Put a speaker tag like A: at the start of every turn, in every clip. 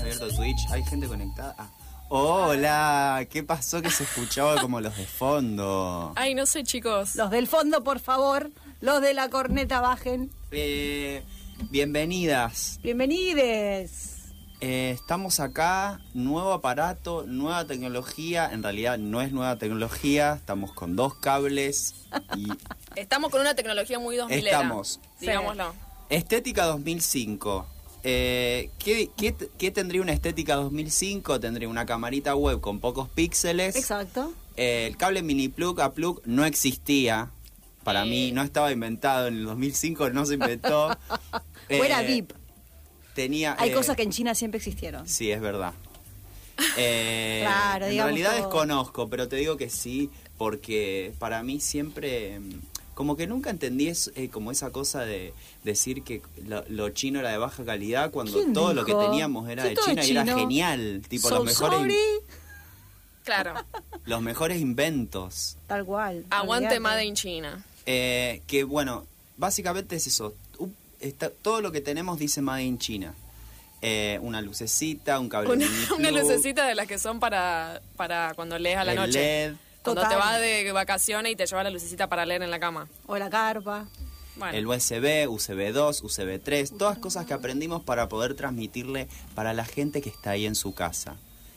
A: abierto Twitch. Hay gente conectada. Ah. Hola, ¿qué pasó que se escuchaba como los de fondo?
B: Ay, no sé, chicos.
C: Los del fondo, por favor. Los de la corneta, bajen.
A: Eh, bienvenidas.
C: Bienvenides.
A: Eh, estamos acá, nuevo aparato, nueva tecnología. En realidad no es nueva tecnología, estamos con dos cables y
B: Estamos con una tecnología muy 2000
A: Estamos.
B: Digámoslo.
A: Estética 2005. Eh, ¿qué, qué, qué tendría una estética 2005? Tendría una camarita web con pocos píxeles.
C: Exacto.
A: Eh, el cable mini plug a plug no existía. Para
B: Sí.
C: Eh.
A: mí no estaba inventado. En el 2005 no se inventó.
C: O era
A: Eh,
C: VIP.
A: Tenía,
C: Hay
A: eh,
C: cosas que en China siempre existieron.
A: Sí, es verdad. Eh,
C: Claro,
A: en
C: digamos
A: realidad
C: todo.
A: desconozco, pero te digo que sí, porque para mí siempre, mm, como que nunca entendí es, eh, como esa cosa de decir que lo, lo chino era de baja calidad cuando
C: ¿Quién
A: todo lo que
C: dijo?
A: teníamos era
C: Sí,
A: de
C: todo
A: China y era
C: chino.
A: genial, tipo
C: So
A: los mejores,
C: sorry.
B: Claro.
A: los mejores inventos.
C: Tal cual.
B: Aguante
C: olvidate.
B: Made in China.
A: Eh, que bueno, básicamente es eso. U- está- todo lo que tenemos dice Made in China. Eh, una lucecita, un cable
B: Una,
A: mini
B: una
A: plug,
B: lucecita de las que son para, para cuando lees a la
A: el
B: noche.
A: LED.
B: Cuando te
C: Total.
B: vas de vacaciones y te llevas la lucecita para leer en la cama.
C: O la carpa.
B: Bueno.
A: El USB, USB 2, USB 3, todas cosas que aprendimos para poder transmitirle para la gente que está ahí en su casa.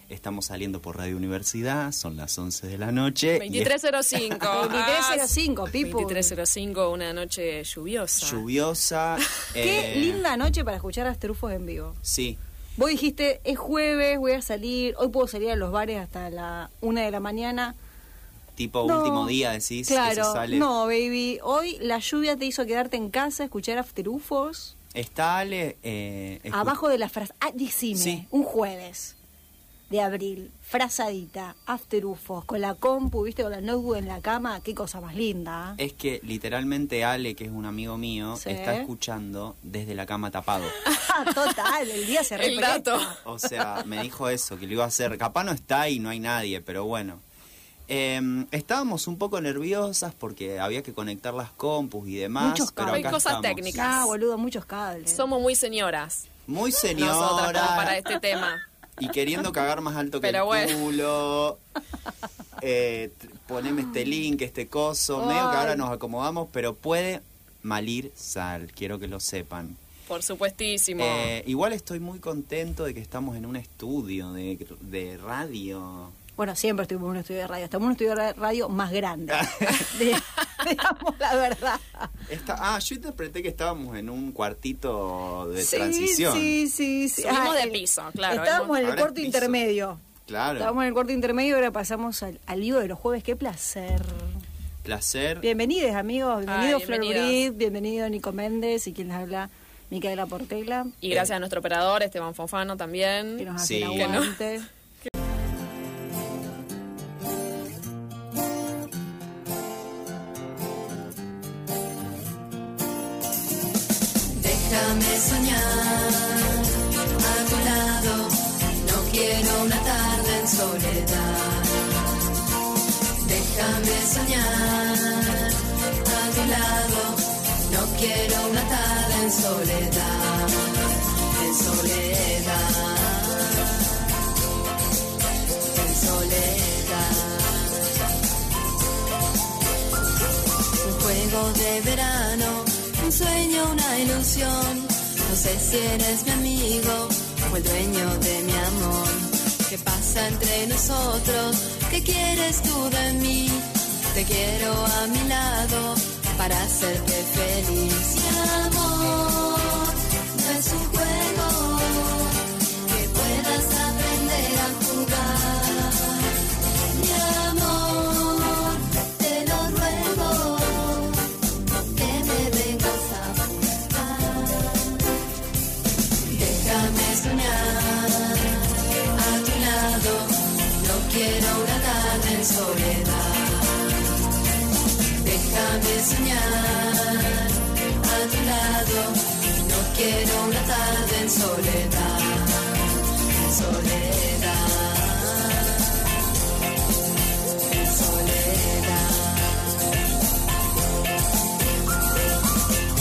A: Estamos saliendo por Radio Universidad, son las 11 de la noche. y es
B: 2305. Ah,
C: 2305, Pipo.
B: 2305, una noche lluviosa.
A: Lluviosa.
C: Qué
A: eh,
C: linda noche para escuchar a Astrufos en vivo.
A: Sí,
C: Vos dijiste, es jueves, voy a salir, hoy puedo salir a los bares hasta la una de la mañana.
A: tipo
C: No,
A: último día decís que se
C: Claro,
A: sale.
C: no, baby. Hoy la lluvia te hizo quedarte en casa, escuchar afterufos.
A: Está Ale. eh, escu-
C: Abajo de la frase, ah, decime,
A: Sí.
C: un jueves de abril, frazadita, afterufos, con la compu, viste, con la notebook en la cama, qué cosa más linda. ¿eh?
A: Es que literalmente Ale, que es un amigo mío,
C: Sí.
A: está escuchando desde la cama tapado.
C: Ah, Total, el día se
B: El
C: represta.
B: dato.
A: O sea, me dijo eso, que lo iba a hacer. Capaz no está y no hay nadie, pero bueno. Eh, estábamos un poco nerviosas porque había que conectar las compus y demás.
C: Muchos
A: pero
C: cables.
A: acá
B: Hay cosas
A: estamos.
B: técnicas.
C: Ah, boludo, muchos cables.
B: Somos muy señoras.
A: Muy
B: Nosotras como para
A: señora.
B: este tema.
A: Y queriendo cagar más alto que
B: Pero
A: el
B: bueno.
A: culo. Eh, t- poneme este link, este coso. Medio que
C: Ay.
A: ahora nos acomodamos, pero puede malir sal. Quiero que lo sepan.
B: Por supuestísimo.
A: Eh, igual estoy muy contento de que estamos en un estudio de, de radio.
C: Bueno, siempre estuvimos en un estudio de radio. Estamos en un estudio de radio más grande.
A: Ah.
C: De- digamos la verdad.
A: Esta- ah, yo interpreté que estábamos en un cuartito de
C: sí,
A: transición.
C: sí, sí, sí.
B: Subimos de
C: el-
B: piso, claro,
C: Estábamos
B: hemos-
C: en el
A: Ahora es
C: cuarto
A: piso.
C: intermedio.
A: Claro.
C: Estábamos en el cuarto intermedio y ahora pasamos al, al lío de los jueves. ¡Qué placer!
A: Placer.
C: Bienvenidos, amigos. Bienvenido
B: Ay,
C: Flor
B: bienvenidos.
C: Brid, bienvenido Nico Méndez y quien les habla, Micaela Portela,
B: y
A: eh.
B: gracias a nuestro operador, Esteban Fofano, también.
C: que nos
A: Sí.
C: hace el
A: Que no.
C: aguante.
D: Déjame soñar a tu lado, no quiero una tarde en soledad. Déjame soñar a tu lado, no quiero una tarde en soledad, en soledad, en soledad. Un juego de verano, un sueño, una ilusión. No sé si eres mi amigo o el dueño de mi amor. ¿Qué pasa entre nosotros? ¿Qué quieres tú de mí? Te quiero a mi lado para hacerte feliz. Mi amor no es un juego que puedas aprender a jugar. Mi amor, te lo ruego, que me vengas a buscar. Déjame soñar a tu lado, no quiero una tarde en soledad. Déjame soñar a tu lado, no quiero una tarde en soledad, en soledad en soledad.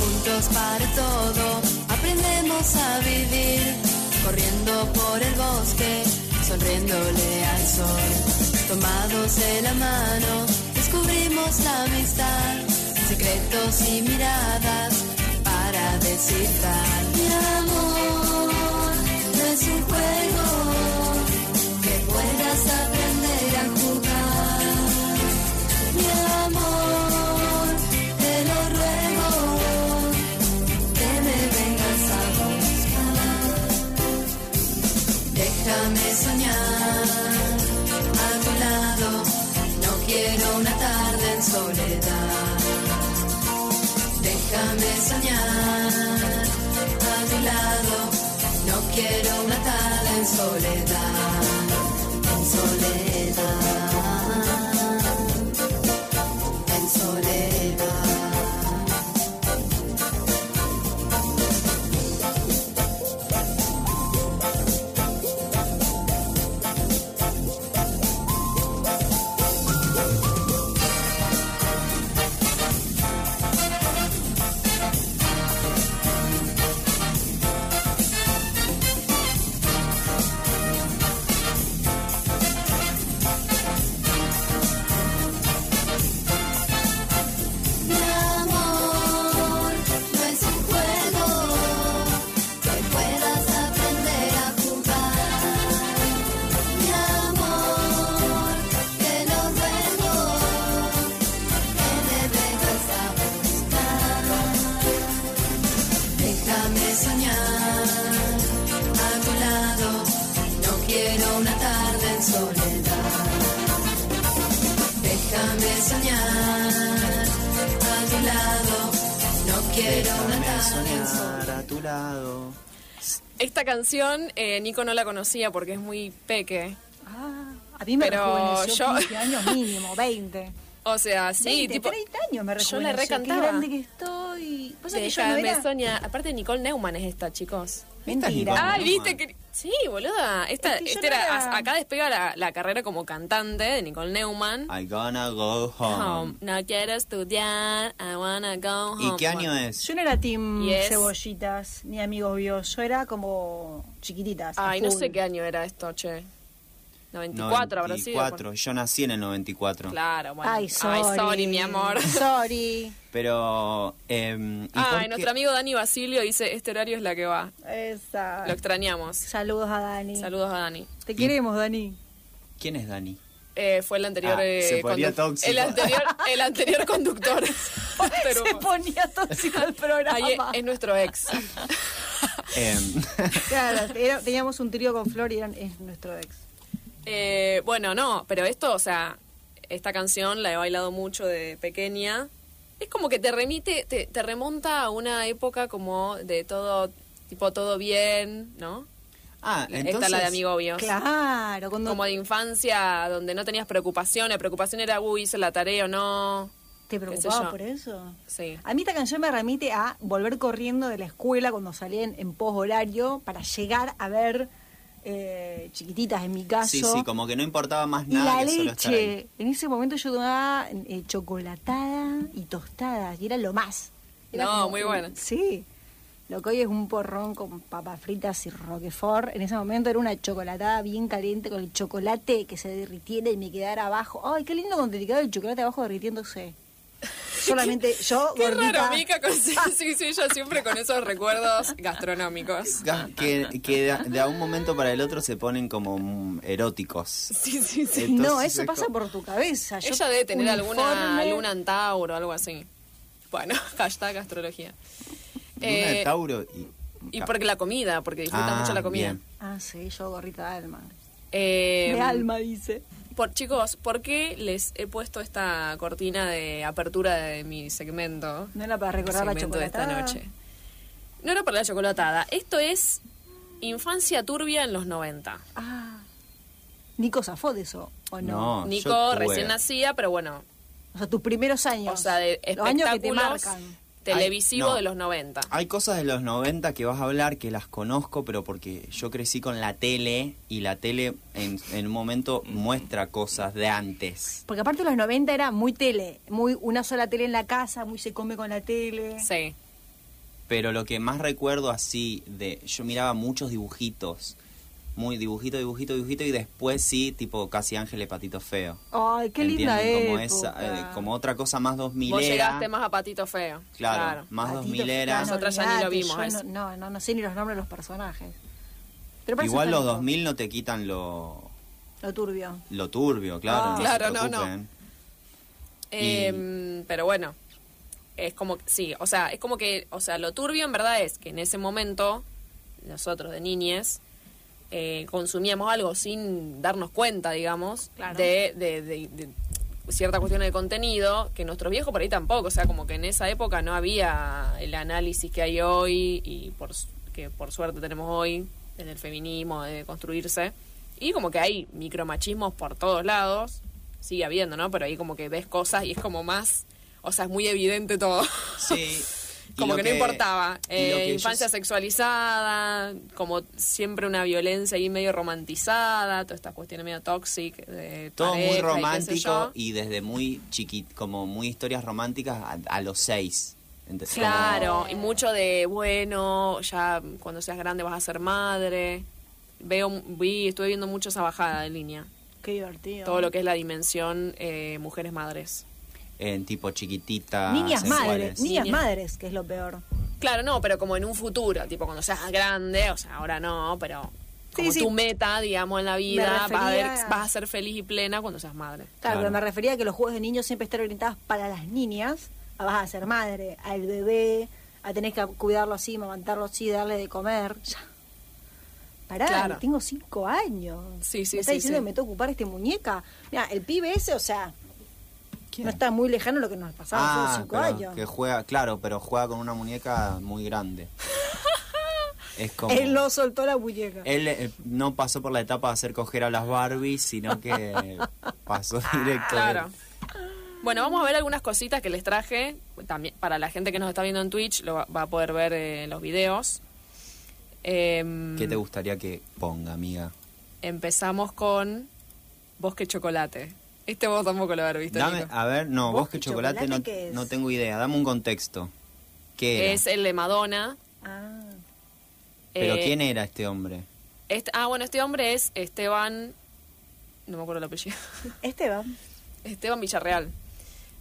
D: Juntos para todo, aprendemos a vivir. corriendo por el bosque, sonriéndole al sol. Tomados de la mano, descubrimos la amistad, secretos y miradas para descifrar. Mi amor, no es un juego que puedas aprender a jugar. Mi amor, te lo ruego, que me vengas a buscar. Déjame soñar a tu lado, no quiero una tarde en soledad. Déjame soñar a tu lado, no quiero una tarde en soledad, en soledad en soledad. Mi amor, no es un juego que puedas aprender a jugar. Mi amor, te lo ruego que me vengas a buscar. Déjame soñar a tu lado, no quiero una tarde en soledad. Déjame soñar a tu lado. No quiero una
A: Déjame
D: tarde en soledad.
A: soñar a tu lado.
B: Esta canción eh, Nico no la conocía porque es muy peque.
C: Ah, a mí me
B: Pero
C: rejuveneció
B: yo-
C: 15 años mínimo, 20.
B: O sea, sí,
C: 20,
B: tipo.
C: 30 años
B: yo
C: me
B: la
C: rejuveneció.
B: recantaba.
C: Qué grande que estoy. Vos sabés que yo no
B: Déjame
C: era...
B: soñar. Aparte, Nicole Neumann es esta, chicos.
A: Esta es
C: Mentira.
A: Ah, Nicole
B: Ay,
A: Neumann.
B: viste que. Sí, boluda. Esta,
C: Es que yo
B: esta
C: no
B: era-
C: era-
B: acá despega la, la carrera como cantante de Nicole Neumann.
A: I gonna go home.
B: Home. No quiero estudiar, I wanna go home.
A: ¿Y qué año es?
C: Yo no era team
B: Yes.
C: cebollitas ni amigos bios. Yo era como chiquititas. a
B: Ay, no
C: full.
B: sé qué año era esto, che. 94 habrá sido.
A: 94. Yo nací en el 94.
B: Claro, bueno.
C: Ay, sorry.
B: mi amor.
C: Sorry.
A: Pero. em, ¿y por
B: Ay,
A: qué-
B: Ah, nuestro amigo Dani Basilio dice, este horario es la que va.
C: Esa.
B: Lo extrañamos.
C: Saludos a Dani.
B: Saludos a Dani.
C: Te queremos, Dani.
A: ¿Quién es Dani?
B: Eh, fue el anterior
A: Ah,
B: eh,
A: se ponía
B: conduc-
A: tóxico.
B: el anterior el anterior conductor Pero-
C: Se ponía tóxico el
B: Ay,
C: programa.
B: es, es nuestro ex
A: Em,
C: Claro, era- teníamos un trío con Flor y eran- es nuestro ex.
B: Eh, bueno no pero esto o sea esta canción la he bailado mucho de pequeña es como que te remite te, te remonta a una época como de todo tipo todo bien no
A: ah, entonces.
B: esta la de amigo obvio
C: Claro, cuando
B: como de infancia donde no tenías preocupaciones preocupación era uy hice la tarea o no
C: te
B: qué sé yo.
C: preocupaba por eso.
B: sí
C: A mí esta canción me remite a volver corriendo de la escuela cuando salía en, en pos horario para llegar a ver eh, chiquititas en mi caso.
A: Sí, sí, como que no importaba más
C: y
A: nada
C: la
A: que solo estar ahí.
C: leche. En ese momento yo tomaba eh, chocolatada y tostada y era lo más. Era
B: No, muy bueno.
C: Sí. Lo que hoy es un porrón con papas fritas y roquefort. En ese momento era una chocolatada bien caliente con el chocolate que se derritiera y me quedara abajo. Ay, qué lindo cuando te quedaba el chocolate abajo derritiéndose. Solamente yo,
B: Qué
C: gordita. Ah.
B: raro, Mica, con, sí, sí, sí, yo siempre con esos recuerdos gastronómicos.
A: Ga- Que, que de, de a un momento para el otro se ponen como mm, eróticos.
B: Sí, sí, sí.
C: no,
A: Entonces
C: eso
A: es
C: pasa
A: como-
C: por tu cabeza. Yo,
B: Ella debe tener alguna
C: uniforme,
B: luna en Tauro, algo así. Bueno, hashtag astrología.
A: Luna de
B: Eh,
A: Tauro y.
B: y porque la comida, porque disfruta
A: Ah,
B: mucho la comida.
A: bien.
C: Ah, sí, yo gorrita de alma.
B: Eh,
C: de alma, dice.
B: por- chicos, ¿por qué les he puesto esta cortina de apertura de mi segmento?
C: No era para recordar la
B: segmento de esta
C: chocolatada.
B: noche. No era para la chocolatada. Esto es infancia turbia en los 90.
C: Ah. Nico zafó de eso, ¿o no?
A: No. Ah, yo
B: Nico
A: tuve-
B: recién nacía, pero bueno,
C: O sea, tus primeros años.
B: o sea, de
C: los años que te
B: espectáculos
C: marcan.
B: televisivos
A: Ay, no. Ah,
B: de los 90.
A: Hay cosas de los 90 que vas a hablar que las conozco, pero porque yo crecí con la tele y la tele en, en un momento muestra cosas de antes.
C: Porque aparte los 90 era muy tele, muy una sola tele en la casa, muy se come con la tele.
B: Sí.
A: Pero lo que más recuerdo así de. Yo miraba muchos dibujitos. Muy dibujito, dibujito, dibujito. Y después sí, tipo casi Ángel Patito Feo.
C: Ay, qué linda
A: ¿Entienden? Como,
C: época.
A: esa, eh, como otra cosa más 2000
B: Vos llegaste más a Patito Feo.
A: Claro, más
C: Patito,
A: 2000
C: claro,
B: Nosotras ya ni lo
C: olvidate,
B: vimos
C: yo
B: eso.
C: No, no, no, no sé ni los nombres de los personajes. Pero parece
A: Igual
C: un
A: los
C: tango,
A: 2000 no te quitan lo,
C: Lo turbio.
A: lo turbio, claro.
C: Ah.
A: no se
B: Claro, no, no.
A: preocupen.
B: Eh, pero bueno, es como, sí, o sea, es como que, o sea, lo turbio en verdad es que en ese momento, nosotros de niñes, eh, consumíamos algo sin darnos cuenta, digamos,
E: Claro.
B: de, de- de- de cierta cuestión de contenido, que nuestros viejos por ahí tampoco, o sea, como que en esa época no había el análisis que hay hoy y por, su- que por suerte tenemos hoy, desde el feminismo, de construirse. Y como que hay micromachismos por todos lados, sigue habiendo, ¿no? Pero ahí como que ves cosas y es como más, o sea, es muy evidente todo.
A: Sí. y
B: como
A: lo
B: que, no importaba.
A: y lo
B: Eh,
A: que yo
B: infancia
A: s-
B: sexualizada, como siempre una violencia ahí medio romantizada, todas estas cuestiones medio toxic. de
A: Todo
B: pareja y qué
A: muy
B: sé
A: romántico
B: yo.
A: y, desde muy chiquito, como muy historias románticas a, a los seis. Entonces, como-
B: Claro, y mucho de, bueno, ya cuando seas grande vas a ser madre. Veo, vi, estuve viendo mucho esa bajada de línea.
C: Qué divertido.
B: Todo lo que es la dimensión eh, mujeres madres.
A: en tipo chiquititas.
C: Niñas
A: sensuales.
C: madres, niñas
B: Niñas.
C: madres, que es lo peor.
B: Claro, no, pero como en un futuro, tipo cuando seas grande, o sea, ahora no, pero como
C: Sí, sí.
B: tu meta, digamos, en la
C: Me
B: vida, vas
C: refería
B: a, ver-
C: a-
B: vas a ser feliz y plena cuando seas madre.
C: Claro,
A: Claro.
C: pero me refería a que los juegos de niños siempre están orientados para las niñas. A vas a ser madre, al bebé, a tener que cuidarlo así, mamantarlo así, darle de comer. Ya. Pará,
B: Claro.
C: tengo cinco años.
B: Sí, sí,
C: ¿Me está
B: sí,
C: diciendo
B: sí.
C: que me tengo que ocupar este muñeca? Mira, el pibe ese, o sea,
A: ¿Quién?
C: no está muy lejano lo que nos pasaba hace
A: Ah,
C: cinco
A: pero
C: años.
A: que juega, claro, pero juega con una muñeca muy grande. es como.
C: Él no soltó la muñeca.
A: Él eh, no pasó por la etapa de hacer coger a las Barbies, sino que pasó directo.
C: Ah.
B: Claro. Bueno, vamos a ver algunas cositas que les traje. También para la gente que nos está viendo en Twitch, lo va, va a poder ver eh, los videos. Em,
A: ¿Qué te gustaría que ponga, amiga?
B: Empezamos con Bosque Chocolate. Este vos tampoco lo haber visto.
A: Dame,
B: Nico.
A: a ver, no,
C: ¿Vos
A: bosque
C: qué
A: chocolate,
C: chocolate
A: no,
C: qué es?
A: no tengo idea. Dame un contexto. ¿Qué era?
B: Es el de Madonna.
C: Ah,
A: ¿Pero
B: eh,
A: quién era este hombre?
B: Este- ah, bueno, este hombre es Esteban. No me acuerdo el apellido.
C: Esteban.
B: Esteban Villarreal.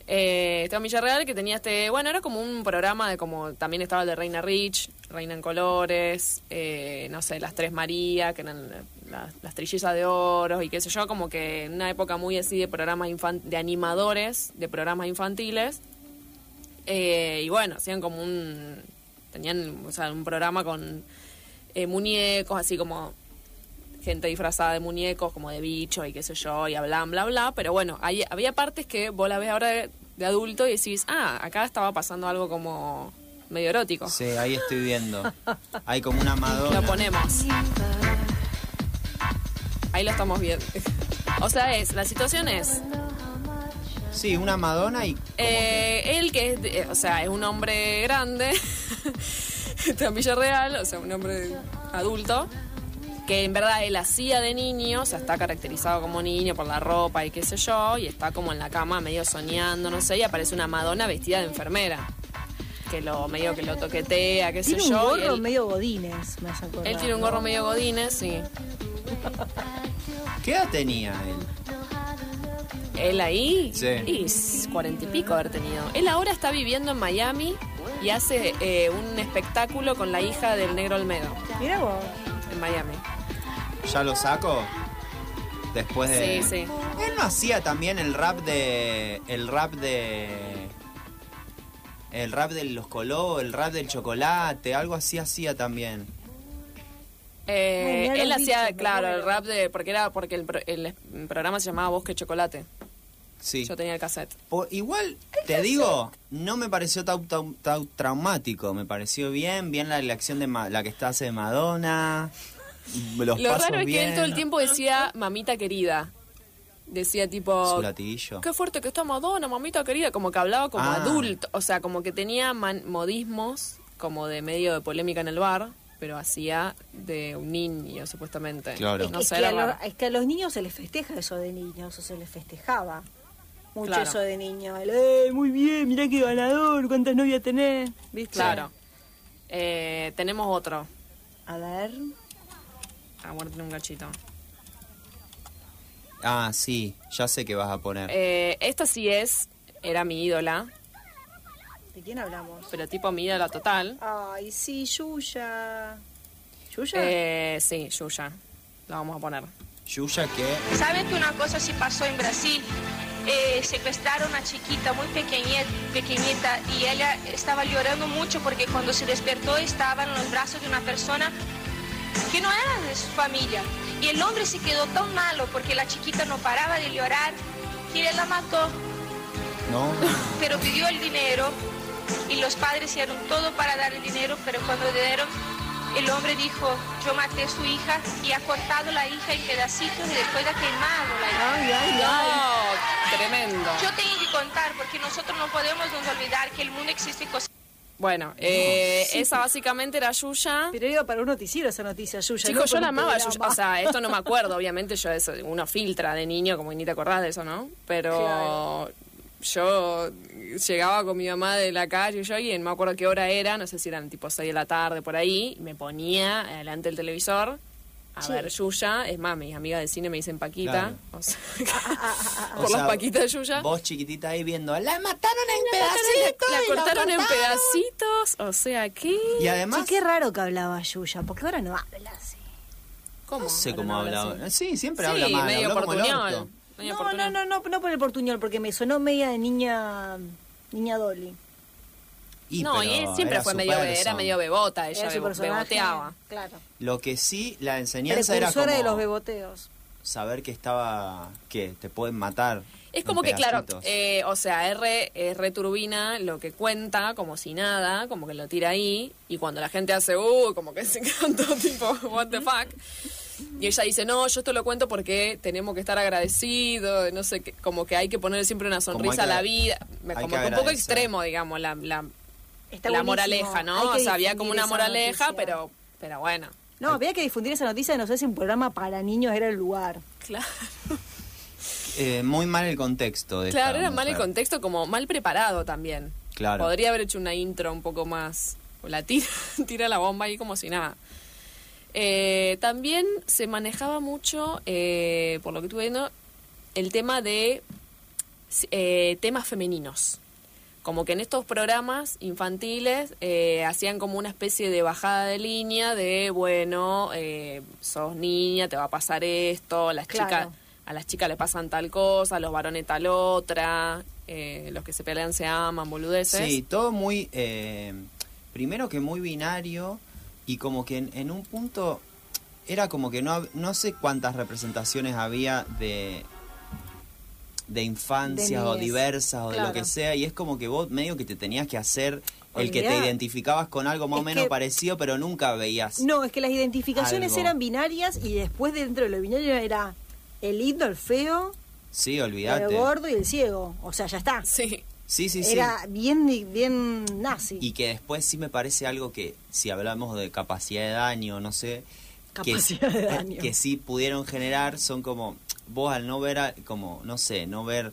B: Eh, Esteban Villarreal que tenía este. Bueno, era como un programa de como. También estaba el de Reina Rich, Reina en Colores, eh, no sé, las Tres María, que eran la- las, las trillizas de oro y qué sé yo. Como que en una época muy así de programas infan- de animadores, de programas infantiles. Eh, y bueno, hacían como un. Tenían o sea, un programa con eh, muñecos, así como gente disfrazada de muñecos, como de bicho y qué sé yo, y bla, bla, bla. Pero bueno, ahí había partes que vos la ves ahora de, de adulto y decís, ah, acá estaba pasando algo como medio erótico.
A: Sí, ahí estoy viendo. Hay como una Madonna.
B: Lo ponemos. Ahí lo estamos viendo. O sea, es, la situación es,
A: Sí, una Madonna y.
B: eh, él que es, de- eh, o sea, es un hombre grande, está en Villarreal, o sea, un hombre adulto, que en verdad él hacía de niño, o sea, está caracterizado como niño por la ropa y qué sé yo, y está como en la cama medio soñando, no sé, y aparece una Madonna vestida de enfermera, que lo medio que lo toquetea, qué sé
C: Tiene un
B: yo. y
C: gorro
B: él,
C: medio godines, me hace acordar.
B: él tiene un gorro medio godines, sí.
A: ¿Qué edad tenía él?
B: Él ahí,
A: Sí.
B: y s- cuarenta y pico haber tenido. Él ahora está viviendo en Miami y hace eh, un espectáculo con la hija del negro Olmedo
C: Mira vos.
B: en Miami.
A: ¿Ya lo saco? Después de.
B: Sí, sí.
A: Él no hacía también el rap de. El rap de. El rap de los colores, el rap del chocolate, algo así hacía también.
B: Eh,
C: Ay, no era
B: él
C: un
B: hacía,
C: bicho,
B: claro,
C: pero
B: el rap de. Porque era porque el, pro- el es- el programa se llamaba Bosque Chocolate.
A: Sí.
B: Yo tenía el cassette.
A: Po- igual, te digo, no me pareció tan traumático. Me pareció bien, bien la elección de Ma- la que está hace de Madonna. Los
B: Lo
A: pasos
B: raro es que
A: bien,
B: él todo el tiempo decía mamita querida. Decía
A: Su
B: tipo.
A: latillo.
B: Qué fuerte que está Madonna, mamita querida. Como que hablaba como
A: Ah.
B: adulto. O sea, como que tenía man- modismos, como de medio de polémica en el bar, pero hacía de un niño, supuestamente.
A: Claro.
B: No
C: es,
B: sé,
C: que
B: era
C: a lo-
B: raro.
C: es que a los niños se les festeja eso de niños, o se les festejaba mucho
B: Claro.
C: eso de niño. El, "Eh, muy bien, mirá qué ganador, cuántas novias tenés. ¿Viste?
B: Claro. Eh, tenemos otro.
C: A ver.
B: Ah, bueno, tiene un gachito.
A: Ah, sí, ya sé que vas a poner.
B: Eh, esta sí es, era mi ídola,
C: ¿De quién hablamos?
B: pero tipo mi ídola total.
C: Ay, sí, Yuya. ¿Yuya?
B: Eh, sí, Yuya. La vamos a poner.
A: Yuya que...
E: ¿Saben que una cosa sí pasó en Brasil? Eh, secuestraron a una chiquita muy pequeñe- pequeñita y ella estaba llorando mucho porque cuando se despertó estaba en los brazos de una persona que no era de su familia. Y el hombre se quedó tan malo porque la chiquita no paraba de llorar que él la mató,
A: No,
E: pero pidió el dinero y los padres hicieron todo para dar el dinero, pero cuando le dieron, el hombre dijo, yo maté a su hija y ha cortado la hija en pedacitos y después ha quemado la hija.
C: Ay, ay, ay.
B: ¡No! Tremendo.
E: Yo tengo que contar porque nosotros no podemos nos olvidar que el mundo existe cosas.
B: Bueno, eh, esa básicamente era Yuya.
C: Pero iba para un noticiero esa noticia, Yuya. no
B: Chicos, yo
C: para
B: la
C: un
B: amaba,
C: programa.
B: Yuya. O sea, esto no me acuerdo, obviamente. Yo eso, uno filtra de niño, como que ni te acordás de eso, ¿no? Pero
C: Claro.
B: yo llegaba con mi mamá de la calle, yo, y no me acuerdo qué hora era, no sé si eran tipo 6 de la tarde por ahí, y me ponía delante del televisor a ver Yuya. Es más, mis amigas de cine me dicen Paquita.
A: Claro.
B: o sea,
A: o
B: por
A: sea,
B: las Paquitas Yuya.
A: Vos chiquitita ahí viendo, la mataron en pedacitos.
B: La,
A: y
B: cortaron, en pedacitos, o sea, ¿qué?
A: Y
C: Che,
A: además,
C: qué raro que hablaba Yuya, porque ahora no habla así.
B: ¿Cómo?
A: no sé
B: Pero
A: cómo
B: no habla
A: hablaba.
B: así.
A: Sí, siempre
B: Sí,
A: habla mal,
B: medio
A: habló como el
B: portuñol.
A: orto.
B: medio
C: No, no,
B: portuñol.
C: no, no, no por el portuñol, porque me sonó media de niña, niña Dolly.
A: Y,
B: no, y
A: pero
B: él siempre
A: era
B: fue
A: su
B: medio, be-
A: persona.
B: era medio bebota, ella
C: Era su
B: bebo-
C: personaje.
B: beboteaba.
C: Claro.
A: Lo que sí, la enseñanza era como
C: Precursora de los beboteos.
A: saber que estaba, que te pueden matar.
B: Es
A: en
B: como que, claro,
A: pedacitos.
B: eh, o sea, R es returbina lo que cuenta, como si nada, como que lo tira ahí, y cuando la gente hace, uh, como que se encantó, tipo, what the fuck. Y ella dice, no, yo esto lo cuento porque tenemos que estar agradecidos, no sé, qué, como que hay que poner siempre una
A: Como hay
B: sonrisa a
A: que-
B: la vida,
A: hay que
B: como que un poco
A: agradecer.
B: extremo, digamos, la, la,
C: Está
B: la
C: buenísimo.
B: moraleja,
C: Hay
B: ¿no? O
C: que
B: sea, había como
C: difundir
B: una
C: esa
B: moraleja,
C: noticia.
B: pero, pero bueno.
C: No, había que difundir esa noticia de no sé si un programa para niños era el lugar.
B: Claro.
A: Eh, muy mal el contexto. De
B: Claro,
A: esta
B: era mal el
A: mujer.
B: contexto, como mal preparado también.
A: Claro.
B: Podría haber hecho una intro un poco más. o La tira, tira la bomba ahí como si nada. Eh, también se manejaba mucho, eh, por lo que estuve viendo, el tema de eh, temas femeninos. Como que en estos programas infantiles eh, hacían como una especie de bajada de línea de, bueno, eh, sos niña, te va a pasar esto, las
C: Claro.
B: chicas, a las chicas le pasan tal cosa, a los varones tal otra, eh, los que se pelean se aman, boludeces.
A: Sí, todo muy. eh, primero que muy binario y como que en, en un punto era como que no, hab- no sé cuántas representaciones había de de infancias o
C: niñez.
A: diversas o de lo
C: Claro.
A: que sea y es como que vos medio que te tenías que hacer el que te
C: Olvidá.
A: identificabas con algo más o
C: Es
A: menos
C: que-
A: parecido pero nunca veías
C: No, es que las identificaciones
A: Algo.
C: eran binarias y después dentro de lo binario era el lindo, el feo,
A: sí
C: el
A: olvídate
C: gordo y el ciego. O sea, ya está.
B: Sí.
A: sí sí sí
C: Era bien, bien nazi.
A: y que después sí me parece algo que si hablamos de capacidad de daño, no sé, que-
C: Capacidad de daño.
A: que sí pudieron generar son como vos al no ver a- como no sé, no ver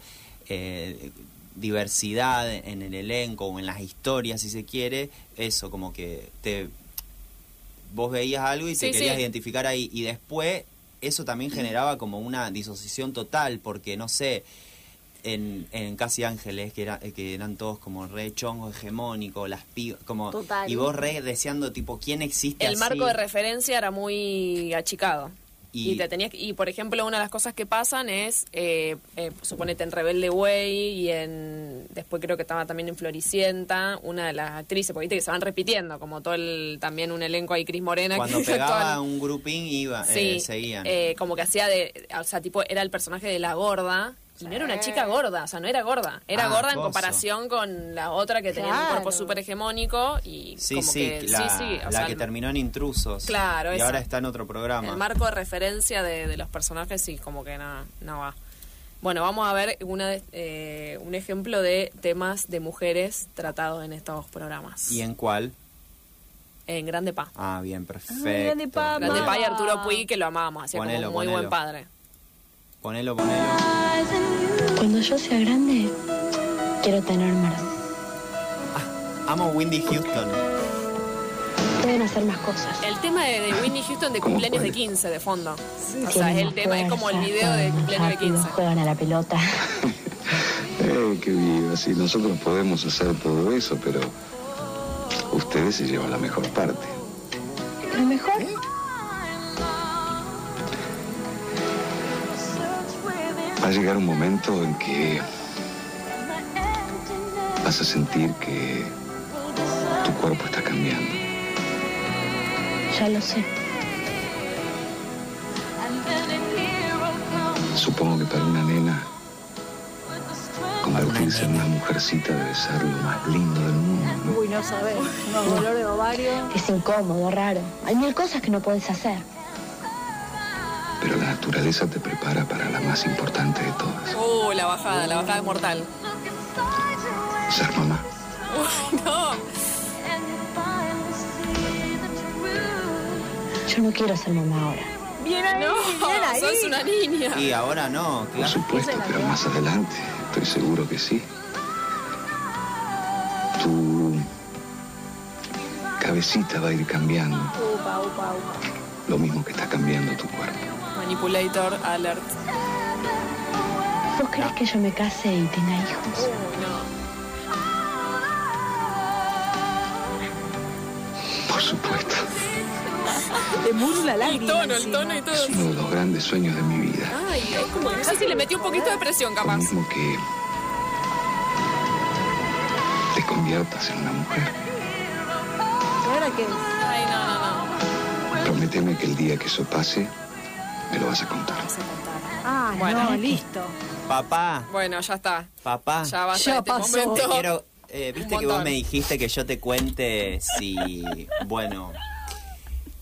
A: eh, diversidad en el elenco o en las historias si se quiere, eso como que te vos veías algo y
B: Sí,
A: te querías
B: sí.
A: identificar ahí y después eso también generaba como una disociación total porque no sé, en, en Casi Ángeles, que, era, eh, que eran todos como re chongo, hegemónico, las pibas, como...
C: Total.
A: Y vos re deseando, tipo, ¿quién existe
B: el
A: así?
B: marco de referencia era muy achicado.
A: Y-
B: Y, te tenías, que- y por ejemplo, una de las cosas que pasan es, eh, eh, suponete en Rebelde Way y en, después creo que estaba también en Floricienta, una de las actrices, porque viste que se van repitiendo, como todo el, también un elenco ahí, Cris Morena.
A: Cuando
B: que era toda
A: pegaba
B: la-
A: un grupín, iba, eh,
B: Sí,
A: seguían.
B: eh, como que hacía de, o sea, tipo, era el personaje de la gorda. Y no era una chica gorda, o sea, no era gorda. Era
A: Ah,
B: gorda en
A: coso.
B: comparación con la otra que tenía un
C: Claro.
B: cuerpo súper hegemónico y
A: sí,
B: como
A: sí,
B: que,
A: la,
B: sí, sí, o
A: la
B: sea,
A: que terminó en Intrusos.
B: Claro,
A: Y
B: esa.
A: ahora está en otro programa.
B: El marco de referencia de, de los personajes sí, como que no, no va. Bueno, vamos a ver una, de- eh, un ejemplo de temas de mujeres tratados en estos programas.
A: ¿Y en cuál?
B: En Grande Pa.
A: Ah, bien, perfecto.
C: Grande Papa.
B: Grande
C: Ah.
B: Pa y Arturo Puig, que lo amábamos, hacía
A: Ponelo,
B: como un muy
A: ponelo.
B: buen padre.
A: Ponelo, ponelo.
F: Cuando yo sea grande, quiero tener hermanos.
A: Amo Windy Houston.
F: pueden hacer más cosas.
B: El tema de, de Whitney Houston de cumpleaños de 15 de fondo. O sea, es
F: Tienen
B: el tema, es
F: fuerza,
B: como el video
F: son
B: de
F: más
B: cumpleaños de
F: rápidos,
B: 15.
F: Juegan a la pelota.
G: Eh, qué viva, sí, nosotros podemos hacer todo eso, pero ustedes se llevan la mejor parte.
F: Lo mejor
G: Va a llegar un momento en que vas a sentir que tu cuerpo está cambiando.
F: ya lo sé.
G: Supongo que para una nena, convertirse en una mujercita debe ser lo más lindo del mundo, ¿no?
C: Uy, no sabés. No, dolor de ovario.
F: Es incómodo, raro. Hay mil cosas que no puedes hacer.
G: Pero la naturaleza te prepara para la más importante de todas,
B: Uh, la bajada, la bajada es mortal.
G: ser mamá.
B: Uy, no.
F: Yo no quiero ser mamá ahora.
C: Bien ahí, bien
B: No,
C: ahí.
B: sos una niña.
A: Y ahora no,
G: Por
A: claro.
G: supuesto, pero más adelante, estoy seguro que sí. Tu cabecita va a ir cambiando,
C: Upa, upa, upa.
G: lo mismo que está cambiando tu cuerpo.
B: Manipulator alert. Uy,
F: ¿Vos querés que yo me case y tenga hijos?
B: no.
G: Por supuesto,
C: Te murro la lágrima.
B: El tono, el
C: encima.
B: tono y todo.
G: es uno de los grandes sueños de mi vida.
B: Ay, es como que casi le metió un poquito de presión,
G: Lo
B: capaz.
G: mismo que te conviertas en una mujer.
C: ¿Ahora qué?
B: Ay, no, no, no.
G: Prométeme que el día que eso pase, me lo vas a contar.
C: Ah,
B: Bueno.
C: no, listo.
A: Papá,
B: Bueno, ya está.
A: papá.
B: Ya basta
C: Ya
B: de este
C: pasó.
A: Te
B: momento.
A: quiero. eh, Viste
B: Un
A: que vos
B: montón.
A: me dijiste que yo te cuente si. Bueno.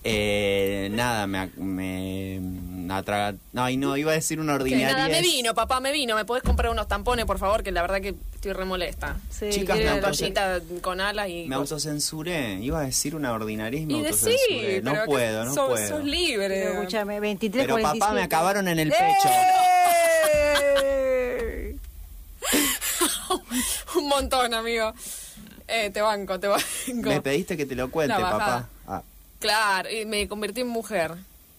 A: eh, nada, me. ac- me mm, atraga- Ay, no, iba a decir una
B: Que
A: ordinaria.
B: nada, me vino, papá, me vino. ¿Me podés comprar unos tampones, por favor? Que la verdad que estoy remolesta.
C: Sí,
A: Chicas,
C: quiere-
B: Una
A: me entonces-
B: toallita con alas y...
A: Me
B: cosas.
A: autocensuré. Iba a decir una ordinaria y me
B: y decí,
A: autocensuré. No
B: pero que
A: puedo, no
B: sos,
A: puedo.
B: sos ¡Eh, libre.
C: Pero escúchame, 23,
A: Pero papá, me acabaron en el pecho.
C: pecho.
B: Un montón, amigo. Eh, te banco, te banco.
A: Me pediste que te lo cuente,
B: La
A: papá.
B: bajada.
A: Ah.
B: Claro, y me convertí en mujer.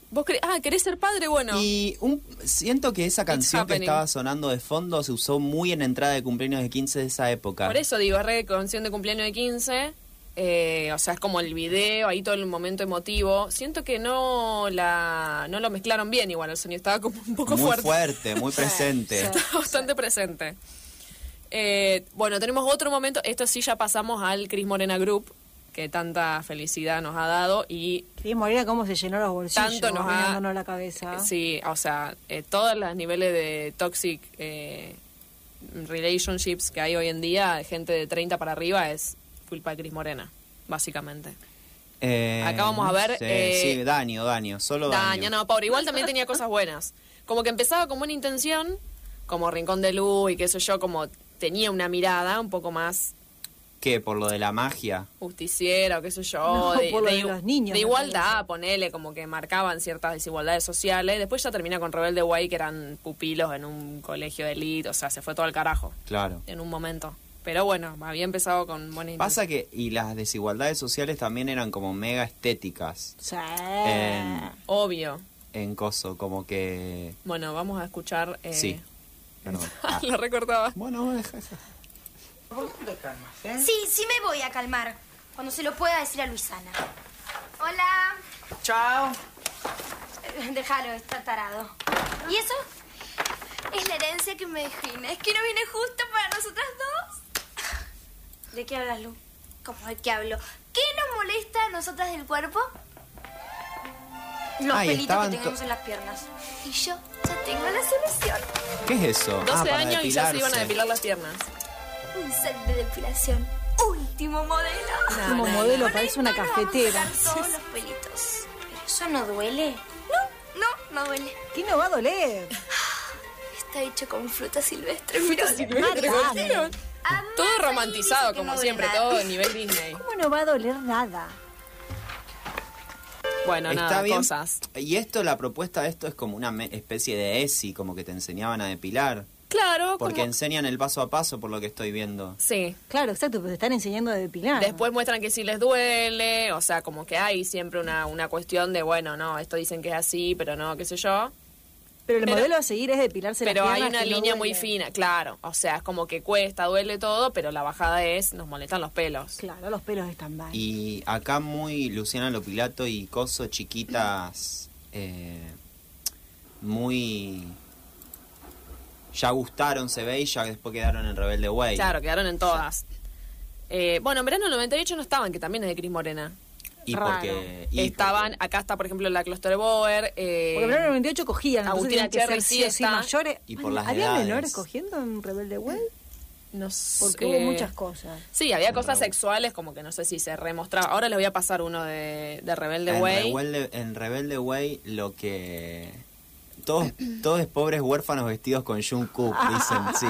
B: ¿Vos cre- ah, querés ser padre? Bueno.
A: Y un, siento que esa canción que
B: happening.
A: estaba sonando de fondo se usó muy en entrada de cumpleaños de 15 de esa época.
B: Por eso digo, es re canción de cumpleaños de 15. eh, o sea, es como el video, ahí todo el momento emotivo. Siento que no la no lo mezclaron bien igual el sonido. Estaba como un poco
A: muy
B: fuerte.
A: fuerte, muy presente.
B: Estaba bastante presente. Eh, bueno, tenemos otro momento. Esto sí ya pasamos al Cris Morena Group, que tanta felicidad nos ha dado y
C: Cris Morena, cómo se llenó los bolsillos.
B: tanto nos ha... Eh,
C: mirándonos la cabeza.
B: Sí, o sea, eh, todos los niveles de toxic eh, relationships que hay hoy en día, de gente de 30 para arriba, es culpa de Cris Morena, básicamente.
A: Eh,
B: Acá vamos a ver,
A: Sí,
B: eh,
A: sí, daño, daño, solo daño.
B: Daño, no, pobre. Igual también tenía cosas buenas. Como que empezaba con buena intención, como Rincón de Luz y qué sé yo, como tenía una mirada un poco más
A: ¿Qué? ¿Por lo de la magia?
B: justiciera o qué sé yo,
C: No,
B: de,
C: por lo
B: de
C: de
B: igu-
C: los niños,
B: de
C: me
B: igualdad, ponele, como que marcaban ciertas desigualdades sociales. Después ya termina con Rebelde Way, que eran pupilos en un colegio de elite, o sea, se fue todo al carajo
A: Claro.
B: en un momento. Pero bueno, había empezado con buena intención.
A: Pasa que, y las desigualdades sociales también eran como mega estéticas
C: Sí.
A: en,
B: Obvio.
A: en Coso, como que...
B: Bueno, vamos a escuchar... eh,
A: Sí, perdón. Ah,
B: Lo recortaba.
A: bueno, deja, deja.
H: Sí, sí me voy a calmar. Cuando se lo pueda decir a Luisana. Hola.
I: Chao.
H: Déjalo, está tarado. ¿Y eso? Es la herencia que me dejó Inés, que no viene justo para nosotras dos. ¿De qué hablas, Lu? ¿Cómo de qué hablo? ¿Qué nos molesta a nosotras del cuerpo? Los
A: Ay,
H: pelitos
A: estaban
H: que tenemos
A: to-
H: en las piernas. Y yo ya tengo la solución.
A: ¿Qué es eso?
B: 12
A: Ah, para
B: años y ya se iban
A: depilarse.
B: a depilar las piernas.
H: Un set de depilación. Último modelo.
C: Como modelo, parece una
H: Con esto nos
C: cafetera.
H: vamos a sacar todos los pelitos. ¿Pero eso no duele? No, no, no duele.
C: ¿Qué no va a doler?
H: Está hecho con fruta silvestre. Mira,
C: silvestre,
H: Mira,
C: ¿cómo
H: mira. Ah,
B: Todo
H: ahí
B: romantizado,
H: dice que
B: como
H: no
B: siempre,
H: duele
B: todo
H: nada.
B: de nivel Disney.
C: ¿Cómo no va a doler nada?
B: Bueno,
A: Está
B: nada,
A: bien.
B: cosas.
A: Y esto, la propuesta de esto es como una me- especie de ESI, como que te enseñaban a depilar.
B: Claro,
A: Porque
B: como-
A: enseñan el paso a paso por lo que estoy viendo.
B: Sí.
C: Claro, exacto, pero te están enseñando a depilar.
B: Después muestran que sí les duele, o sea, como que hay siempre una, una cuestión de, bueno, no, esto dicen que es así, pero no, qué sé yo.
C: Pero el
B: pero-
C: modelo a seguir es depilarse
B: Pero
C: las
B: hay
C: piernas,
B: una
C: que no
B: línea muy
C: duele.
B: fina, claro. O sea, es como que cuesta, duele todo, pero la bajada es, nos molestan los pelos.
C: Claro, los pelos están mal.
A: Y acá muy Luciana Lopilato y Coso, chiquitas eh, muy... Ya gustaron, se ve, y ya después quedaron en Rebelde Way.
B: Claro, quedaron en todas. Eh, bueno, en verano del 98 no estaban, que también es de Cris Morena.
A: Y
C: Raro.
A: porque... y
B: Estaban,
A: porque-
B: acá está, por ejemplo, la Cluster Boer. eh,
C: Porque en el 98 cogían, entonces
B: Agustina
C: tenían que ser
B: Cherry
C: sí o sí
B: está.
C: mayores.
A: Y por las
C: ¿Había
A: edades.
C: menores cogiendo en Rebelde Way?
B: no sé.
C: Porque hubo muchas cosas.
B: Sí, había cosas sexuales como que no sé si se remostraba. Ahora les voy a pasar uno de, de Rebelde
A: en
B: Way.
A: Rebelde, en Rebelde Way lo que... Todos, todos pobres huérfanos vestidos con Jungkook, dicen, sí,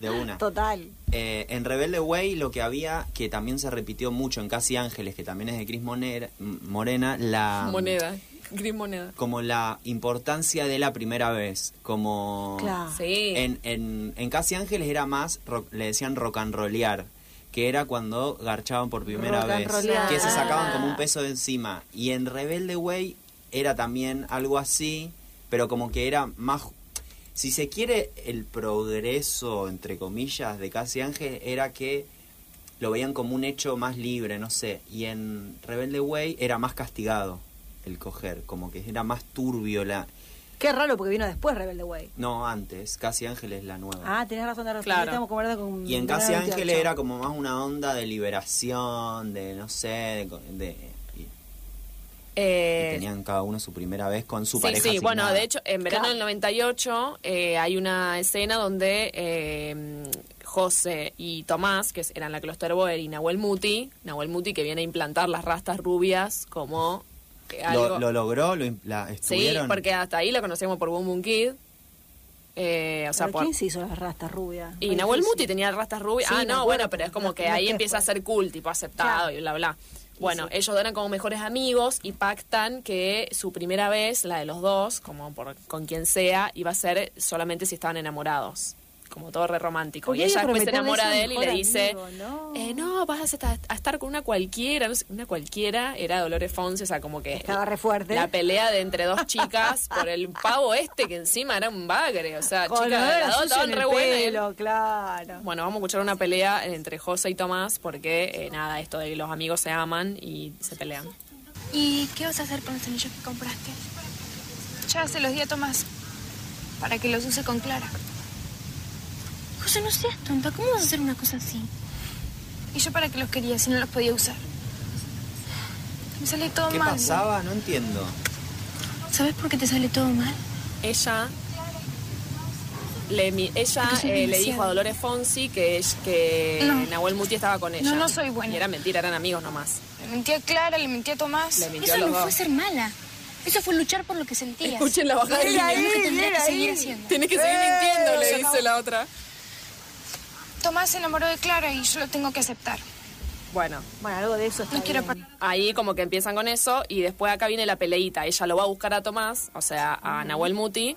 A: de una.
C: Total.
A: Eh, en Rebelde Way lo que había, que también se repitió mucho en Casi Ángeles, que también es de Cris Monera- M- Morena, la...
B: Moneda. Gris Moneda.
A: Como la importancia de la primera vez, como...
C: Claro.
B: Sí.
A: En, en, en Casi Ángeles era más, ro- le decían rock and rollear, que era cuando garchaban por primera
C: Rock and
A: vez,
C: rollear.
A: que se sacaban como un peso de encima. Y en Rebelde Way era también algo así, pero como que era más... Si se quiere, el progreso, entre comillas, de Casi Ángeles era que lo veían como un hecho más libre, no sé. Y en Rebelde Way era más castigado el coger, como que era más turbio la...
C: Qué raro porque vino después Rebelde Way.
A: No, antes, Casi Ángeles la nueva.
C: Ah, tenés razón, tenés razón.
B: Claro.
C: Estamos comparando con.
A: Y en
C: con
A: Casi
C: 98.
A: Ángeles era como más una onda de liberación, de no sé, de. de- y- y
B: Eh,
A: tenían cada uno su primera vez con su
B: sí,
A: pareja.
B: sí,
A: asignada.
B: bueno, de hecho, en verano
C: Claro.
B: del 98 eh, hay una escena donde eh, José y Tomás, que eran la Cluster Boer, y Nahuel Muti, Nahuel Muti que viene a implantar las rastas rubias como eh, algo...
A: Lo, lo logró, lo, im- la
B: sí,
A: estuvieron.
B: porque hasta ahí lo conocíamos por Boom Boom Kid. Eh, o sea,
C: ¿Pero
B: por...
C: ¿Quién se hizo las rastas rubias?
B: Y
C: Muy
B: Nahuel
C: difícil.
B: Muti tenía rastas rubias.
C: Sí,
B: ah,
C: me
B: no,
C: acuerdo,
B: bueno, pero es como que
C: las
B: ahí
C: tres
B: empieza a
C: fueron.
B: ser cool, tipo aceptado
C: Claro.
B: y bla, bla. Bueno,
C: sí.
B: ellos eran como mejores amigos y pactan que su primera vez, la de los dos, como por, con quien sea, iba a ser solamente si estaban enamorados. Como todo re romántico.
C: Porque
B: Y
C: hay que
B: ella después se
C: prometerle
B: enamora
C: eso
B: de él
C: al
B: y le
C: mejor
B: dice:
C: amigo, ¿no?
B: "Eh, no, vas a estar, a estar con una cualquiera. no sé, una cualquiera era Dolores Fonse, o sea, como que.
C: Estaba re fuerte.
B: La pelea de entre dos chicas por el pavo este que encima era un bagre. O sea,
C: Con
B: chicas,
C: olor a
B: las dos
C: sucio
B: estaban
C: en el
B: re buenas. ¿eh? y él-
C: pelo, claro.
B: bueno, vamos a escuchar una pelea entre José y Tomás porque eh, nada, esto de que los amigos se aman y se pelean.
I: ¿Y qué vas a hacer con los anillos que compraste? Ya se los di a Tomás para que los use con Clara.
F: José, no seas tonta. ¿Cómo vas a hacer una cosa así?
I: Y yo para que los quería si no los podía usar. Me sale todo
A: ¿Qué
I: mal.
A: pasaba? No entiendo.
F: ¿Sabes por qué te sale todo mal?
B: Ella le, mi- ella,
I: Porque soy
B: eh, le
I: demasiado.
B: dijo a Dolores Fonsi que, es- que
I: No.
B: Nahuel Muti estaba con ella.
I: No, no soy buena.
B: Y era mentira, eran amigos nomás.
I: Le mentí a Clara, le mentí a Tomás.
B: Le mintió
F: Eso
B: a los
F: no fue
B: dos.
F: ser mala. Eso fue luchar por lo que sentías.
B: Escuchen la bajada del
F: Era
B: niño.
F: algo que tendría que seguir haciendo.
B: Tenés que seguir mintiendo, le dice la otra.
I: Eh, Tomás se enamoró de Clara y yo lo tengo que aceptar.
B: Bueno,
C: Bueno, algo de eso está
I: No quiero
C: bien.
I: perder.
B: Ahí como que empiezan con eso y después acá viene la peleita. Ella lo va a buscar a Tomás, o sea, a Nahuel Muti.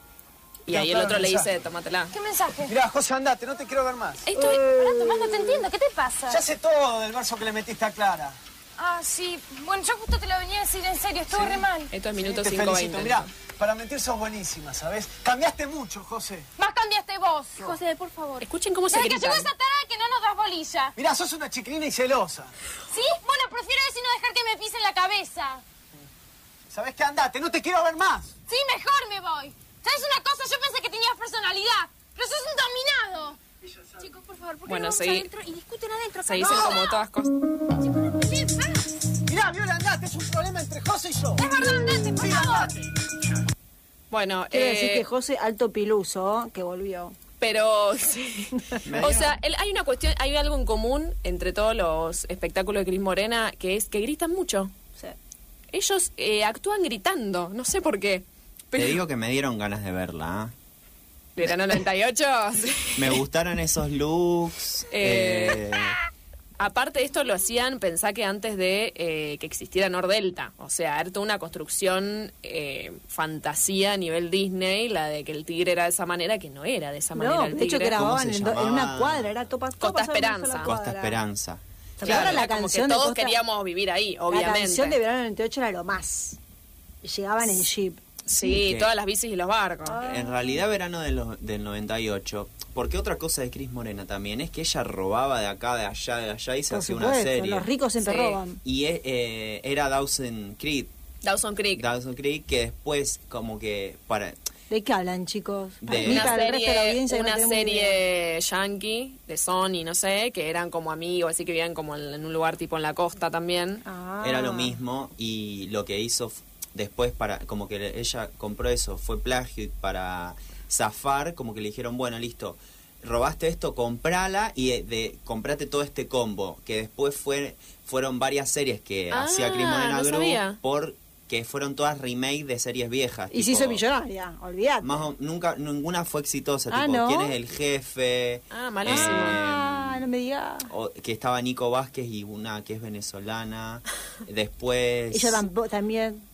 B: Y ahí el otro le dice, tómatela.
I: ¿Qué mensaje?
J: Mirá, José, andate, no te quiero ver más.
I: Estoy... Pará, Tomás, no te entiendo. ¿Qué te pasa?
J: Ya sé todo del verso que le metiste a Clara.
I: Ah, sí. Bueno, yo justo te lo venía a decir en serio. Estuvo re mal.
B: Esto es minuto
J: te felicito.
B: 5.20.
J: Mirá, para mentir sos buenísima, ¿sabes? Cambiaste mucho, José.
I: Más cambiaste vos. José, por favor.
B: Escuchen cómo se
I: Desde que llegó
B: gritan.
I: esa tarada que no nos das bolilla.
J: Mirá, sos una chiquilina y celosa.
I: ¿Sí? Bueno, prefiero eso y no dejar que me pisen la cabeza.
J: ¿Sabes qué? Andate, no te quiero ver más.
I: Sí, mejor me voy. ¿Sabes una cosa? Yo pensé que tenías personalidad, pero sos un dominado. Chicos, por favor, ¿por qué
B: Bueno,
I: no vamos
B: seguí.
I: adentro y discuten adentro?
B: Se dicen como todas cosas.
J: Mirá, Viola, andate, es un problema entre José y yo.
I: Es verdad, andate, por favor.
B: Bueno,
C: Quiero
B: eh,
C: decir que José Alto Piluso, que volvió.
B: pero... sí. o sea, el- hay una cuestión, hay algo en común entre todos los espectáculos de Cris Morena, que es que gritan mucho.
C: O sea,
B: Ellos eh, actúan gritando, no sé por qué. Pero
A: Te digo que me dieron ganas de verla. ¿ah?
B: ¿Verano 98? Sí.
A: Me gustaron esos looks. eh,
B: Eh. Aparte, esto lo hacían, pensá que antes de eh, que existiera Nordelta. O sea, era toda una construcción eh, fantasía a nivel Disney, la de que el tigre era de esa manera, que no era de esa manera.
C: No,
B: el
C: de hecho que
B: tigre.
C: grababan en, do- en una cuadra, era topa, topa
B: Costa
C: sobre una sola
B: Esperanza.
A: Costa
C: cuadra.
A: Esperanza.
C: ¿Se
B: Claro,
C: acuerdan la
B: era como que
C: canción de
B: todos
C: Costa-
B: queríamos vivir ahí,
C: La
B: obviamente.
C: canción de verano 98 era lo más. Y llegaban en jeep.
B: Sí,
A: Que-
B: todas las bicis y los barcos.
C: Ah.
A: En realidad, verano de los- del 98. Porque otra cosa de Cris Morena también es que ella robaba de acá, de allá, de allá y se
C: Por
A: hacía una
C: supuesto,
A: serie.
C: los ricos siempre
B: Sí.
C: roban.
A: Y eh, eh, era Dawson Creek.
B: Dawson Creek.
A: Dawson Creek que después como que para
C: ¿De qué hablan, chicos? Para
A: De-
C: mí,
B: una
C: para el resto de la
B: serie,
C: audiencia que no
B: una
C: tenemos idea.
B: serie yankee de Sony, no sé, que eran como amigos, así que vivían como en, en un lugar tipo en la costa también.
C: Ah.
A: era lo mismo y lo que hizo f- después para como que le- ella compró eso fue plagio y para zafar como que le dijeron bueno listo robaste esto comprala y de, de- comprate todo este combo que después fue fueron varias series que
B: Ah,
A: hacía Cris Morena
B: no
A: Gru
B: sabía.
A: porque fueron todas remake de series viejas
C: Y se
A: tipo,
C: hizo millonaria, olvidate.
A: más o- nunca ninguna fue exitosa
C: Ah,
A: tipo
C: ¿no?
A: quién es el jefe Eh,
B: Ah, malísimo.
C: Ah, no me digas.
A: o- que estaba Nico Vázquez y una que es venezolana. Después
C: Ella tampo- también.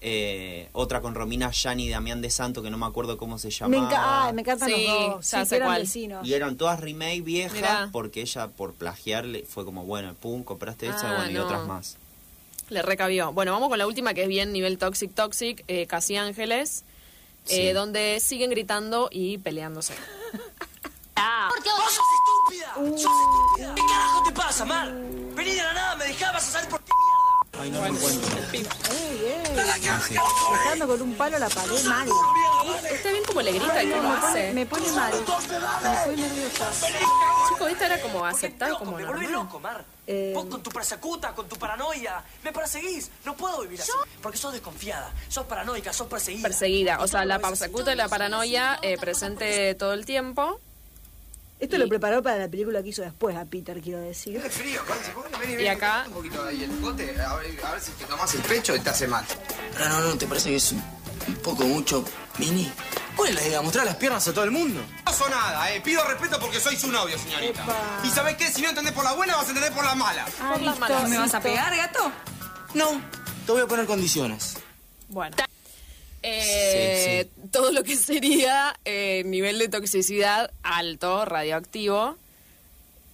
A: eh, otra con Romina Yanni y Damián de Santo, que no me acuerdo cómo se
C: Me,
A: llamaba.
C: enca- ah, me encantan
B: Sí,
C: los dos.
B: ya
C: Sí,
B: sé
C: que eran
B: cuál.
C: vecinos.
A: Y eran todas remake viejas
B: Mirá.
A: porque ella por plagiarle fue como, bueno, pum, compraste esa
B: Ah,
A: bueno, y
B: no.
A: otras más.
B: Le recabió. Bueno, vamos con la última que es bien nivel Toxic Toxic, eh, Casi Ángeles,
A: Sí.
B: eh, donde siguen gritando y peleándose. Ah,
K: ¡Vos sos estúpida! ¡Sos estúpida! ¿Qué carajo te pasa, Mar? Vení de la nada, me dejabas salir por ti.
A: Ay, no me encuentro.
C: Ey, ey. Tocando con un palo la pared mal.
B: está bien como le grita y cómo
C: Me pone,
B: hace.
C: me pone mal. Me pone nerviosa.
B: Chicos, esto era como aceptado como
K: Me volvés
B: normal.
K: loco, Mar.
C: Eh.
K: Vos con tu persecuta, con tu paranoia, me perseguís. No puedo vivir así. Porque sos desconfiada, sos paranoica, sos perseguida.
B: Perseguida, o sea, la persecuta y la paranoia eh, presente todo el tiempo.
C: Esto lo preparó para la película que hizo después a Peter, quiero decir.
L: Tiene frío, Conchi, ¿por qué no venís?
B: Y acá-
L: Un poquito ahí el cote, a ver, a ver si te tomás el pecho y te hace mal.
K: Pero no, no, ¿te parece que es un poco mucho, Mini? ¿Cuál es la idea? ¿Mostrar las piernas a todo el mundo?
L: No hizo nada, eh. Pido respeto porque soy su novio, señorita. Y sabés qué, si no entendés por la buena, vas a entender por la mala.
C: Ah,
B: Por las manos.
C: ¿Me vas a pegar,
K: gato? No, te voy a poner condiciones.
B: Bueno. Eh, Todo lo que sería eh, nivel de toxicidad alto, radioactivo.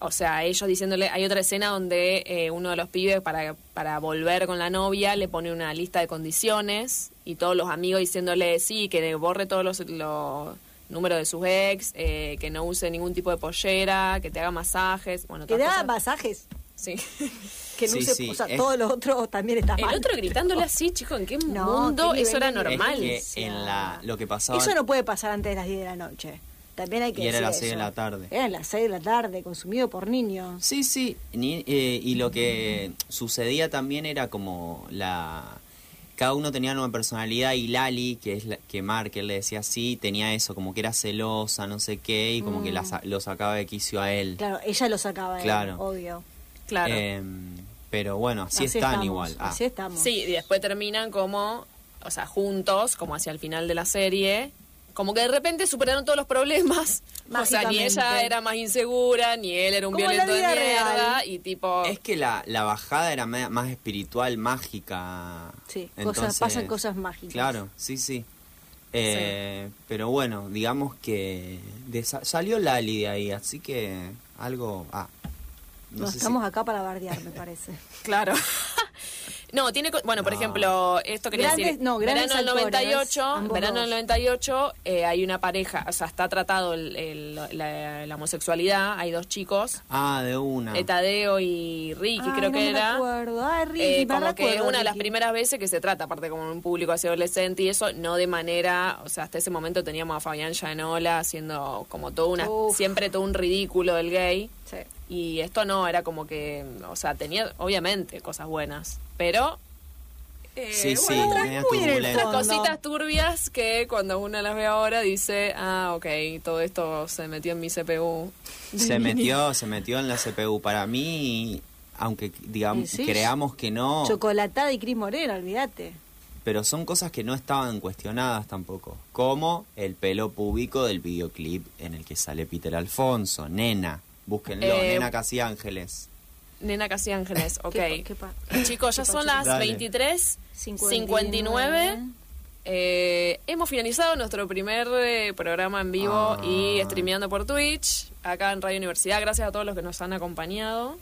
B: O sea, ellos diciéndole, hay otra escena donde eh, uno de los pibes para, para volver con la novia le pone una lista de condiciones y todos los amigos diciéndole, sí, que borre todos los, los números de sus ex, eh, que no use ningún tipo de pollera, que te haga masajes. Bueno,
C: Que
B: todas
C: da
B: cosas-
C: masajes.
B: Sí.
C: Que no
A: Sí,
C: se,
A: sí,
C: o sea,
A: es-
C: todo lo otro también está
B: El
C: mal.
B: otro gritándole así, chico, ¿en qué
C: No,
B: mundo
C: qué
B: eso era
C: nivel de
B: normal?
A: Es que en la, lo que pasaba...
C: Eso no puede pasar antes de las 10 de la noche. También hay que
A: Y era
C: decir
A: las seis de
C: eso.
A: la tarde.
C: Eran las 6 de la tarde, consumido por niños.
A: Sí, sí. Ni- eh, y lo que sucedía también era como la. Cada uno tenía una personalidad y Lali, que es la, que Mar, que él le decía así, tenía eso, como que era celosa, no sé qué, y como que
C: Mm.
A: la sa- lo sacaba de quicio a él.
C: Claro, ella lo sacaba, él,
A: Claro.
C: obvio.
B: Claro.
A: Em, pero bueno, así,
C: Así
A: están
C: estamos,
A: igual. Ah,
C: Así estamos.
B: Sí, y después terminan como, o sea, juntos, como hacia el final de la serie. Como que de repente superaron todos los problemas. O sea, ni
C: Mágicamente.
B: ella era más insegura, ni él era un
C: Como en la
B: violento de
C: vida
B: mierda.
C: real.
B: Y tipo,
A: Es que la, la bajada era me- más espiritual, mágica.
C: Sí, cosas- pasan cosas mágicas.
A: Claro, sí, sí. Eh, Pero bueno, digamos que de- sa- salió Lali de ahí, así que algo... Ah, no
C: No
A: sé si-
C: estamos acá para bardear, me parece.
B: claro. no, tiene. co- Bueno, por
A: No.
B: ejemplo, esto quería
C: Ah. Grandes-
B: decir.
C: no, grandes
B: verano del
C: actores,
B: 98,
C: ambos
B: verano
C: dos.
B: del 98, eh, hay una pareja, o sea, está tratado el- el- la, la homosexualidad, hay dos chicos.
A: Ah, de una.
B: eh, Tadeo y Ricky,
C: Ay,
B: creo
C: no
B: que
C: me
B: era.
C: acuerdo. Ay, Ricky,
B: Eh,
C: me
B: como que
C: acuerdo,
B: es una de las
C: Ricky.
B: primeras veces que se trata, aparte como un público así adolescente y eso, no de manera, o sea, hasta ese momento teníamos a Fabián Llanola haciendo como todo una,
C: Uf.
B: siempre todo un ridículo del gay.
C: Sí.
B: Y esto no, era como que, o sea, tenía obviamente cosas buenas, pero... eh,
A: Sí, sí,
B: bueno,
A: media
C: muy en el
A: turbulenta.
C: fondo.
B: Cositas turbias que cuando uno las ve ahora dice, ah, ok, todo esto se metió en mi CPU.
A: Se metió, se metió en la CPU. Para mí, aunque digamos,
C: Y sí.
A: creamos que no,
C: Chocolatada y Cris Morena, olvídate.
A: pero son cosas que no estaban cuestionadas tampoco. Como el pelo púbico del videoclip en el que sale Peter Alfonso, nena. Búsquenlo,
B: Eh,
A: nena casi ángeles.
B: Nena Casi Ángeles, ok.
C: qué pa-
B: Chicos, ya
C: qué
B: son
C: pacho.
B: las
C: Dale.
B: 23,
C: 59.
B: 59. Eh, hemos finalizado nuestro primer eh, programa en vivo y
A: Ah.
B: streameando por Twitch, acá en Radio Universidad. Gracias a todos los que nos han acompañado.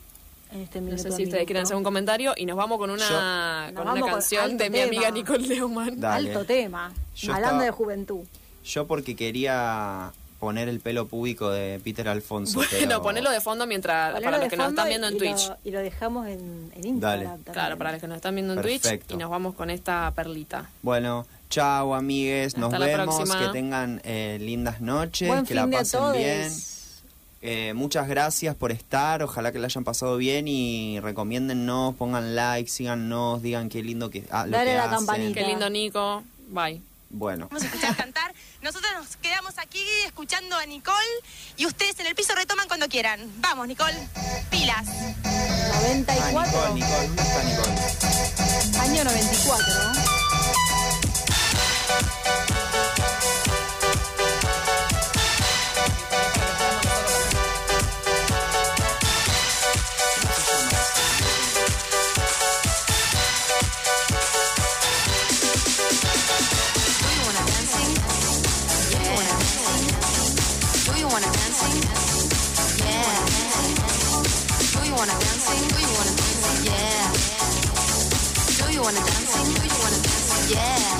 B: no sé
C: este minuto
B: si
C: a
B: ustedes quieren
C: minuto.
B: hacer un comentario y nos vamos con una,
C: Nos
B: con
C: vamos
B: una
C: con
B: canción
C: alto
B: de mi
C: tema.
B: amiga Nicole Leoman.
A: Dale.
C: Alto tema.
A: Yo
C: Hablando
A: estaba-
C: de juventud.
A: Yo porque quería poner el pelo púbico de Peter Alfonso.
B: Bueno,
A: pero-
B: ponelo de fondo mientras
C: Ponelo
B: para
C: de
B: los que nos
C: fondo
B: están viendo en
C: y lo-
B: Twitch.
C: y lo dejamos en, en Instagram. también.
B: Claro, para los que nos están viendo en Twitch
A: Perfecto.
B: y nos vamos con esta perlita.
A: Bueno, chao amigues, nos
B: Hasta la
A: vemos,
B: próxima.
A: que tengan eh, lindas noches,
B: Buen
A: que la
B: fin de a
A: pasen
B: todes.
A: bien. Eh, muchas gracias por estar, ojalá que la hayan pasado bien y recomiéndennos, pongan like, síganos, digan qué lindo que ah, lo que hacen.
B: Qué lindo Nico. Bye.
A: Bueno.
M: Vamos a escuchar cantar. Nosotros nos quedamos aquí escuchando a Nicole y ustedes en el piso retoman cuando quieran. Vamos, Nicole. Pilas.
C: 94.
A: Nicole, Nicole, ¿dónde está Nicole?
C: Año 94.
D: Do you wanna dancing? Yeah. Do you wanna dancing? Do you wanna dancing? Yeah. Do you wanna dancing? Do you wanna dancing? Yeah.